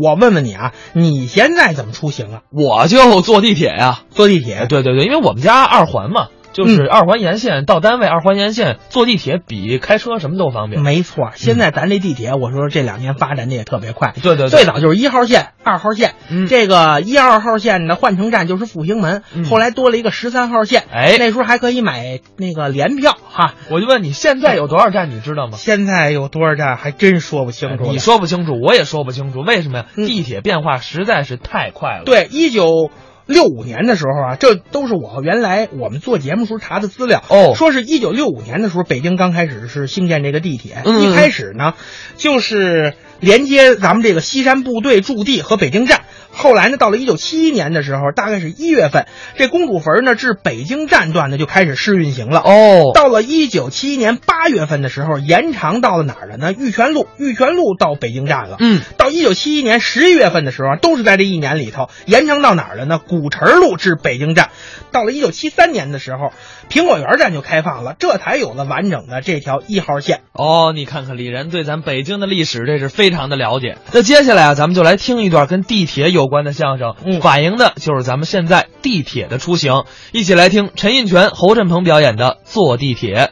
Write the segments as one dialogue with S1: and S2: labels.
S1: 我问问你啊，你现在怎么出行啊？
S2: 我就坐地铁呀、嗯
S1: 坐地铁？
S2: 哎对对对，因为我们家二环嘛，就是二环沿线、到单位，二环沿线坐地铁比开车什么都方便。
S1: 没错，现在咱这地铁，我说这两年发展的也特别快。
S2: 对对对，
S1: 最早就是一号线、二号线，
S2: 嗯
S1: 这个一二号线的换乘站就是复兴门，
S2: 嗯
S1: 后来多了一个十三号线，
S2: 哎
S1: 那时候还可以买那个联票哈。
S2: 我就问你，现在有多少站你知道吗？
S1: 哦现在有多少站还真哎说不清楚了。
S2: 你说不清楚，我也说不清楚，为什么呀？
S1: 嗯
S2: 地铁变化实在是太快了。，
S1: 对，一九六五年的时候啊，这都是我原来我们做节目时候查的资料。
S2: 哦
S1: 说是一九六五年的时候，北京刚开始是兴建这个地铁。
S2: 嗯
S1: 一开始呢，就是连接咱们这个西山部队驻地和北京站。后来呢，到了一九七一年的时候，大概是一月份，这公主坟呢至北京站段呢就开始试运行了。
S2: 哦，
S1: 到了一九七一年八月份的时候，延长到了哪儿了呢？玉泉路，玉泉路到北京站了。
S2: 嗯，
S1: 到一九七一年十一月份的时候啊，都是在这一年里头延长到哪儿了呢？古城路至北京站。到了一九七三年的时候，苹果园站就开放了，这才有了完整的这条一号线。
S2: 哦，你看看李然对咱北京的历史这是非常的了解。那接下来啊，咱们就来听一段跟地铁有关的相声，
S1: 嗯
S2: 反映的就是咱们现在地铁的出行。一起来听陈印泉、侯振鹏表演的《坐地铁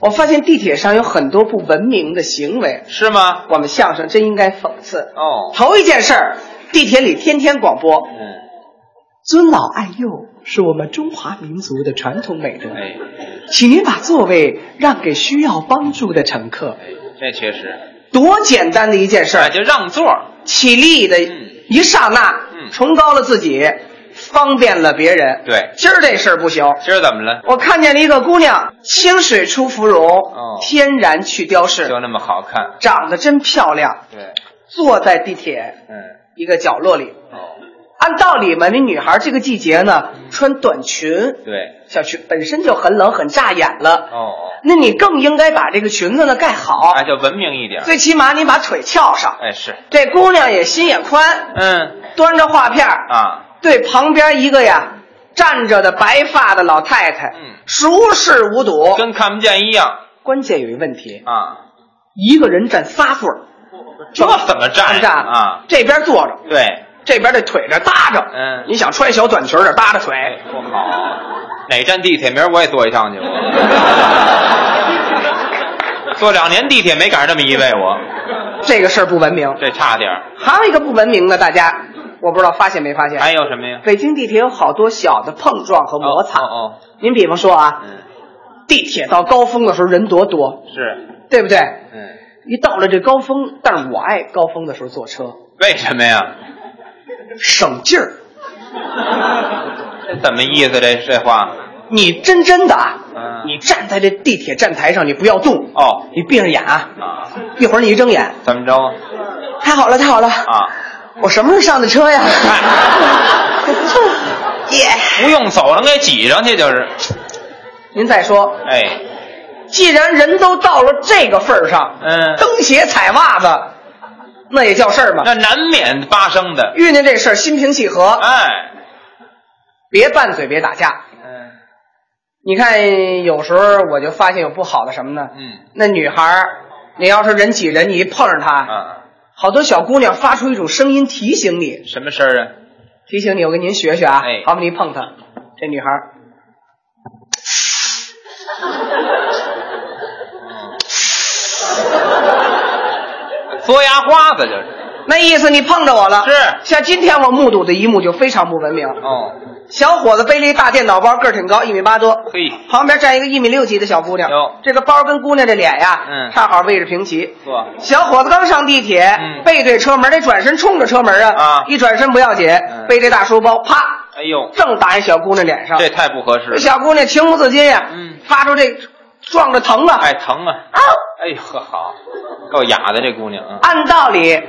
S3: 我发现地铁上有很多不文明的行为，
S4: 是吗？
S3: 我们相声真应该讽刺。
S4: 哦，
S3: 头一件事儿，地铁里天天广播
S4: 嗯，
S3: “尊老爱幼”是我们中华民族的传统美德，
S4: 哎，
S3: 请您把座位让给需要帮助的乘客。
S4: 哎，这确实，
S3: 多简单的一件事
S4: 这
S3: 儿，
S4: 就让座儿。
S3: 起立的
S4: 嗯
S3: 一刹那，
S4: 嗯
S3: 崇高了自己，方便了别人。
S4: 对
S3: 今儿这事儿不行。
S4: 今儿怎么了？
S3: 我看见了一个姑娘，清水出芙蓉，天然去雕饰，
S4: 哦就那么好看？
S3: 长得真漂亮。
S4: 对，
S3: 坐在地铁
S4: 嗯，
S3: 一个角落里。
S4: 哦，嗯
S3: 按道理嘛，你女孩这个季节呢，穿短裙、
S4: 对，
S3: 小裙本身就很冷、很扎眼了，
S4: 哦哦，
S3: 那你更应该把这个裙子呢盖好，
S4: 哎，就文明一点儿。
S3: 最起码你把腿翘上。
S4: 哎，是，
S3: 这姑娘也心也宽，
S4: 嗯
S3: 端着画片儿
S4: 啊，
S3: 对旁边一个呀站着的白发的老太太，
S4: 嗯
S3: 熟视无睹。
S4: 跟看不见一样
S3: 关键有一问题，
S4: 啊。
S3: 一个人占仨座儿，
S4: 这怎么站
S3: 站
S4: 啊？
S3: 这边坐着，
S4: 对，
S3: 这边这腿这搭着，
S4: 嗯
S3: 你想穿小短裙儿这搭着腿，
S4: 哎，不好。哪站地铁？明儿我也坐一趟去。 我坐两年地铁没赶上这么一位，我
S3: 这个事儿不文明。
S4: 这差点儿。
S3: 还有一个不文明的，大家我不知道发现没发现？
S4: 还有什么呀？
S3: 北京地铁有好多小的碰撞和摩擦。
S4: 哦哦，
S3: 您比方说啊，
S4: 嗯，
S3: 地铁到高峰的时候人多多，
S4: 是，
S3: 对不对？
S4: 嗯，
S3: 一到了这高峰，但是我爱高峰的时候坐车，
S4: 为什么呀？
S3: 省劲儿。
S4: 这怎么意思这？这话？
S3: 你真真的啊，
S4: 嗯
S3: 你站在这地铁站台上，你不要动，
S4: 哦
S3: 你闭上眼啊，
S4: 啊，
S3: 一会儿你一睁眼，
S4: 怎么着
S3: 太好了，太好了
S4: 啊？
S3: 我什么时候上的车呀？
S4: 哎
S3: 耶！
S4: 不用走了，给挤上去就是。
S3: 您再说，
S4: 哎，
S3: 既然人都到了这个份儿上，
S4: 嗯
S3: 蹬鞋踩袜子，那也叫事儿吗？
S4: 那难免发生的。
S3: 遇见这事儿心平气和，
S4: 哎，
S3: 别拌嘴，别打架。
S4: 嗯
S3: 你看，有时候我就发现有不好的什么呢？
S4: 嗯
S3: 那女孩儿，你要是人挤人，你一碰上她，
S4: 啊，
S3: 好多小姑娘发出一种声音提醒你，
S4: 什么事儿啊？
S3: 提醒你，我给您学学啊
S4: 哎。
S3: 好比你碰她，这女孩儿
S4: 嘬牙花子就是。
S3: 那意思，你碰着我了。
S4: 是
S3: 像今天我目睹的一幕就非常不文明。
S4: 哦，
S3: 小伙子背了一大电脑包，个儿挺高，一米八多。
S4: 嘿，
S3: 旁边站一个一米六几的小姑娘
S4: 哟，
S3: 这个包跟姑娘这脸呀，
S4: 嗯
S3: 恰好位置平齐。
S4: 嚯，
S3: 小伙子刚上地铁，
S4: 嗯
S3: 背对车门，得转身冲着车门啊！
S4: 啊
S3: 一转身不要紧，
S4: 嗯
S3: 背这大书包，啪，
S4: 哎呦，
S3: 正打一小姑娘脸上。
S4: 这太不合适
S3: 这
S4: 了。
S3: 小姑娘情不自禁呀、
S4: 嗯
S3: 发出这撞着疼啊！
S4: 哎，疼啊！
S3: 啊！
S4: 哎呦呵，好，够哑的这姑娘啊，
S3: 按道理，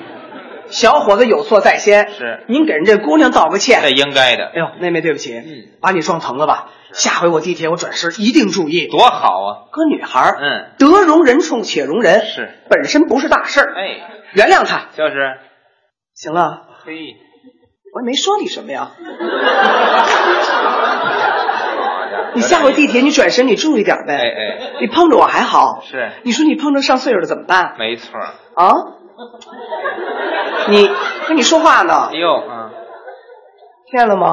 S3: 小伙子有错在先，
S4: 是
S3: 您给人这姑娘道个歉。
S4: 这应该的
S3: 哎，呦，妹妹，对不起，
S4: 嗯，
S3: 把你撞疼了吧？下回我地铁我转身一定注意。
S4: 多好啊！
S3: 搁女孩儿，
S4: 嗯，
S3: 得容人处且容人，
S4: 是
S3: 本身不是大事儿，
S4: 哎，
S3: 原谅她。
S4: 就是，
S3: 行了，
S4: 嘿，
S3: 我也没说你什么 呀。
S4: 好家伙
S3: 你下回地铁你转身你注意点呗。
S4: 哎哎，
S3: 你碰着我还好，
S4: 是
S3: 你说你碰着上岁数的怎么办
S4: 没错儿，
S3: 啊？你跟你说话呢
S4: 哎，呦，嗯，
S3: 听见了吗？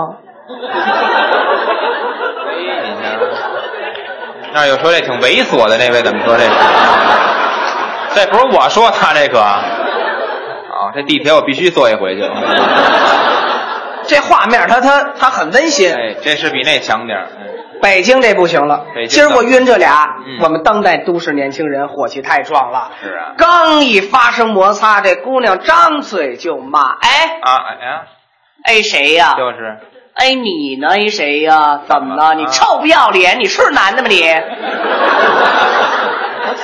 S4: 哎，你瞧，那有说这挺猥琐的那位怎么说这是？这不是我说他这可，啊，这地铁我必须坐一回去。
S3: 这画面它它它很温馨。
S4: 哎，这是比那强点儿。嗯
S3: 北京这不行了，
S4: 北京
S3: 今儿我晕这俩，
S4: 嗯
S3: 我们当代都市年轻人火气太壮了。
S4: 是啊
S3: 刚一发生摩擦，这姑娘张嘴就骂：“哎
S4: 啊，哎呀，
S3: 哎谁呀、
S4: 就是
S3: 哎你呢？哎谁呀、怎么了？
S4: 啊
S3: 你臭不要脸！你是男的吗你？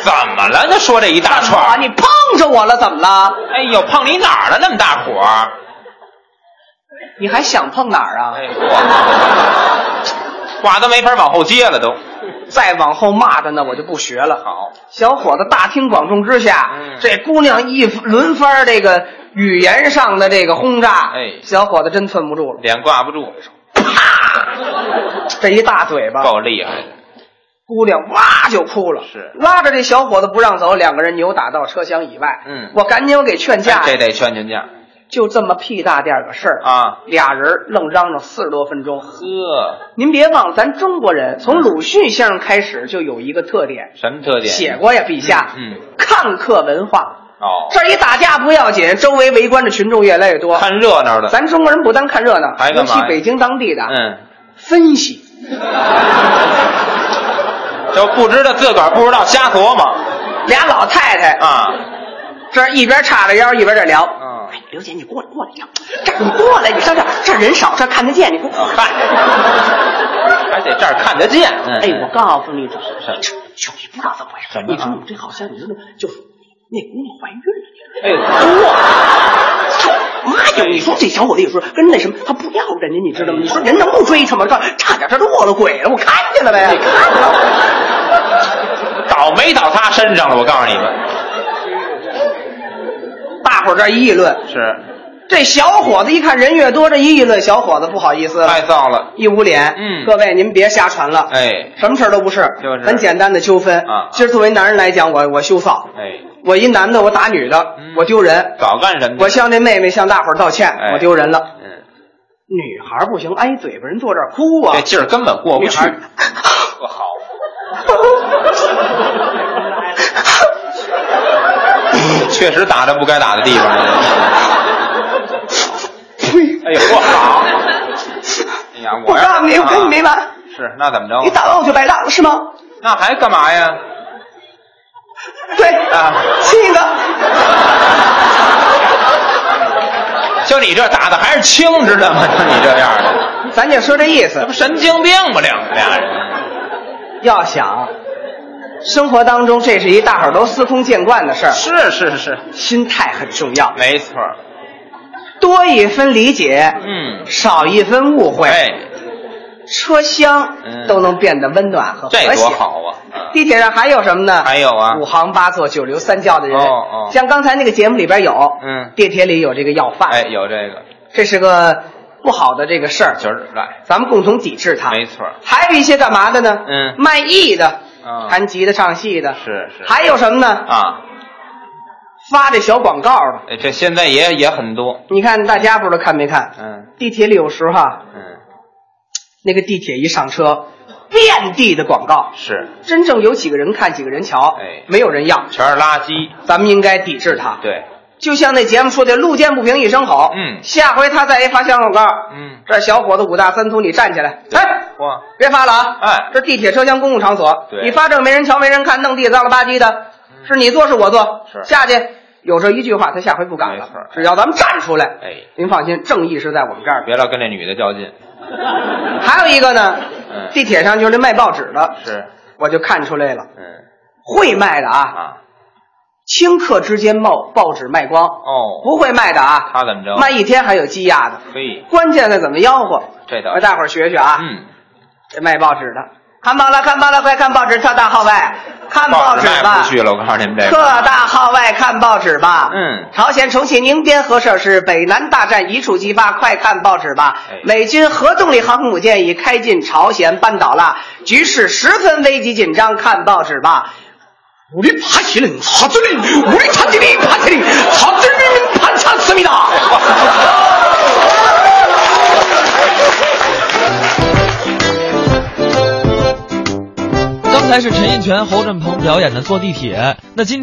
S4: 怎么了？就说这一大串
S3: 啊，
S4: 儿。
S3: 你碰着我了，怎么了？
S4: 哎呦，碰你哪儿了？那么大火儿？
S3: 你还想碰哪儿啊？
S4: 哎嚯，话都没法往后接了都。
S3: 再往后骂的呢，我就不学了。
S4: 好，
S3: 小伙子大庭广众之下，
S4: 嗯
S3: 这姑娘一轮番这个语言上的这个轰炸，
S4: 哎
S3: 小伙子真寸不住了，
S4: 脸挂不住，
S3: 这一大嘴巴，
S4: 够厉害的。
S3: 姑娘哇就哭了，
S4: 是
S3: 拉着这小伙子不让走，两个人扭打到车厢以外。
S4: 嗯
S3: 我赶紧我给劝架，
S4: 哎这得劝劝架
S3: 就这么屁大点儿个事儿，
S4: 啊。
S3: 俩人愣嚷嚷四十多分钟。
S4: 呵，
S3: 您别忘了，咱中国人从鲁迅先生开始就有一个特点，
S4: 什么特点？
S3: 写过呀，陛下，
S4: 嗯嗯
S3: 看客文化。
S4: 哦，
S3: 这儿一打架不要紧，周围围观的群众越来越多。
S4: 看热闹的。
S3: 咱中国人不单看热闹，
S4: 还
S3: 尤
S4: 干嘛
S3: 其
S4: 呀
S3: 北京当地的、
S4: 嗯，
S3: 分析，
S4: 就不知道自个儿不知道瞎琢磨
S3: 俩老太太，
S4: 啊。
S3: 这儿一边叉着腰一边这聊。哎
S4: 嗯，
S3: 刘姐，你过来，过来呀！这儿你过来，你上这儿，这儿人少，这儿看得见，你过来。
S4: 啊嗨，还得这儿看得见。嗯
S3: 哎，我告诉你，这
S4: 什
S3: 这这也不知道怎么回事
S4: 怎。么
S3: 你
S4: 了
S3: 说我这好像，你说那就是那姑娘怀孕了，
S4: 哎
S3: 哇！
S4: 呦，
S3: 妈呀！你说这小伙子有时候跟那什么，他不要人家，你知道吗？你说人能不追他吗？这差点这都饿了鬼了，我看见了呗。你看见了，
S4: 倒霉到他身上了，我告诉你们，
S3: 大伙儿这议论，
S4: 是
S3: 这小伙子一看人越多，这一议论，小伙子不好意思了，
S4: 太燥了。
S3: 一捂脸。
S4: 哎嗯
S3: 各位您别瞎传了，
S4: 哎
S3: 什么事儿都不是，
S4: 就是
S3: 很简单的纠纷
S4: 啊
S3: 今儿作为男人来讲，我我羞臊，
S4: 哎，
S3: 我一男的我打女的，
S4: 嗯
S3: 我丢人，
S4: 早干什么去？
S3: 我向这妹妹向大伙儿道歉，
S4: 哎
S3: 我丢人了。
S4: 嗯，
S3: 女孩儿不行，挨嘴巴人坐这儿哭啊
S4: 这，劲儿根本过不
S3: 女
S4: 去
S3: 孩。儿。
S4: 我好，确实打着不该打的地方。
S3: 呸！
S4: 哎呦，我好。哎呀，
S3: 我
S4: 我要
S3: 告诉你，我跟你没完，
S4: 啊是，那怎么着？
S3: 你打完我就白打了是吗？
S4: 那还干嘛呀？
S3: 对，
S4: 啊
S3: 亲一个。
S4: 就你这打的还是轻，知道吗？就你这样 的，
S3: 咱就说这意思
S4: 这不，神经病吗？两个俩人
S3: 要想生活当中，这是一大伙儿都司空见惯的事儿，
S4: 是是是，
S3: 心态很重要，
S4: 没错儿。
S3: 多一分理解，
S4: 嗯，
S3: 少一分误会，
S4: 哎，
S3: 车厢
S4: 嗯
S3: 都能变得温暖和和谐。
S4: 这多好啊！嗯
S3: 地铁上还有什么呢？
S4: 还有啊
S3: 五行八作、九流三教的人，
S4: 哦哦
S3: 像刚才那个节目里边有，
S4: 嗯，
S3: 地铁里有这个要饭，
S4: 哎，有这个，
S3: 这是个不好的这个事儿，
S4: 今儿来，
S3: 咱们共同抵制它。
S4: 没错儿，
S3: 还有一些干嘛的呢？
S4: 嗯
S3: 卖艺的、
S4: 嗯
S3: 弹吉他、唱戏的，
S4: 是是
S3: 还有什么呢？
S4: 啊，
S3: 发这小广告的，
S4: 哎这现在也也很多，
S3: 你看大家不知道看没看？
S4: 嗯
S3: 地铁里有时候哈，
S4: 嗯，
S3: 那个地铁一上车，遍地的广告，
S4: 是，
S3: 真正有几个人看，几个人瞧，
S4: 哎
S3: 没有人要，
S4: 全是垃圾，
S3: 咱们应该抵制它。
S4: 对，
S3: 就像那节目说的“路见不平一声吼”，
S4: 嗯
S3: 下回他再一发小广告，
S4: 嗯，
S3: 这小伙子五大三粗，你站起来，哎，
S4: 哇，
S3: 别发了啊！
S4: 哎
S3: 这地铁、车厢、公共场所，
S4: 对嗯
S3: 你发这个没人瞧、没人看，弄地脏了吧唧的，是你做是我做？
S4: 是
S3: 下去有这一句话，他下回不敢
S4: 没错
S3: 了。只要咱们站出来，
S4: 哎，
S3: 您放心，正义是在我们这儿。
S4: 别老跟这女的较劲，
S3: 还有一个呢，
S4: 嗯
S3: 地铁上就是那卖报纸的，
S4: 是，
S3: 我就看出来了，
S4: 嗯
S3: 会卖的啊，
S4: 啊，
S3: 顷刻之间报报纸卖光；
S4: 哦，
S3: 不会卖的啊，
S4: 他怎么着？
S3: 卖一天还有积压的。
S4: 嘿，
S3: 关键的怎么吆喝？
S4: 这倒
S3: 让
S4: 是，
S3: 大伙儿学学啊！
S4: 嗯，
S3: 这卖报纸的，看报了，看报了，快看报纸，特大号外，看
S4: 报
S3: 纸
S4: 纸卖
S3: 吧
S4: 不，去了，我告诉你们这
S3: 特
S4: 个，
S3: 大号外，看报纸吧。
S4: 哎嗯
S3: 朝鲜重启宁边核设施，北南大战一触即发，快看报纸吧
S4: 哎。
S3: 美军核动力航空母舰已开进朝鲜半岛了，局势十分危急紧张，看报纸吧。 우리 파시는 사들인 우리 파들이 파들이 사들이는 반찬습니다.
S2: 刚才是陈印泉、侯振鹏表演的《坐地铁》，那今天。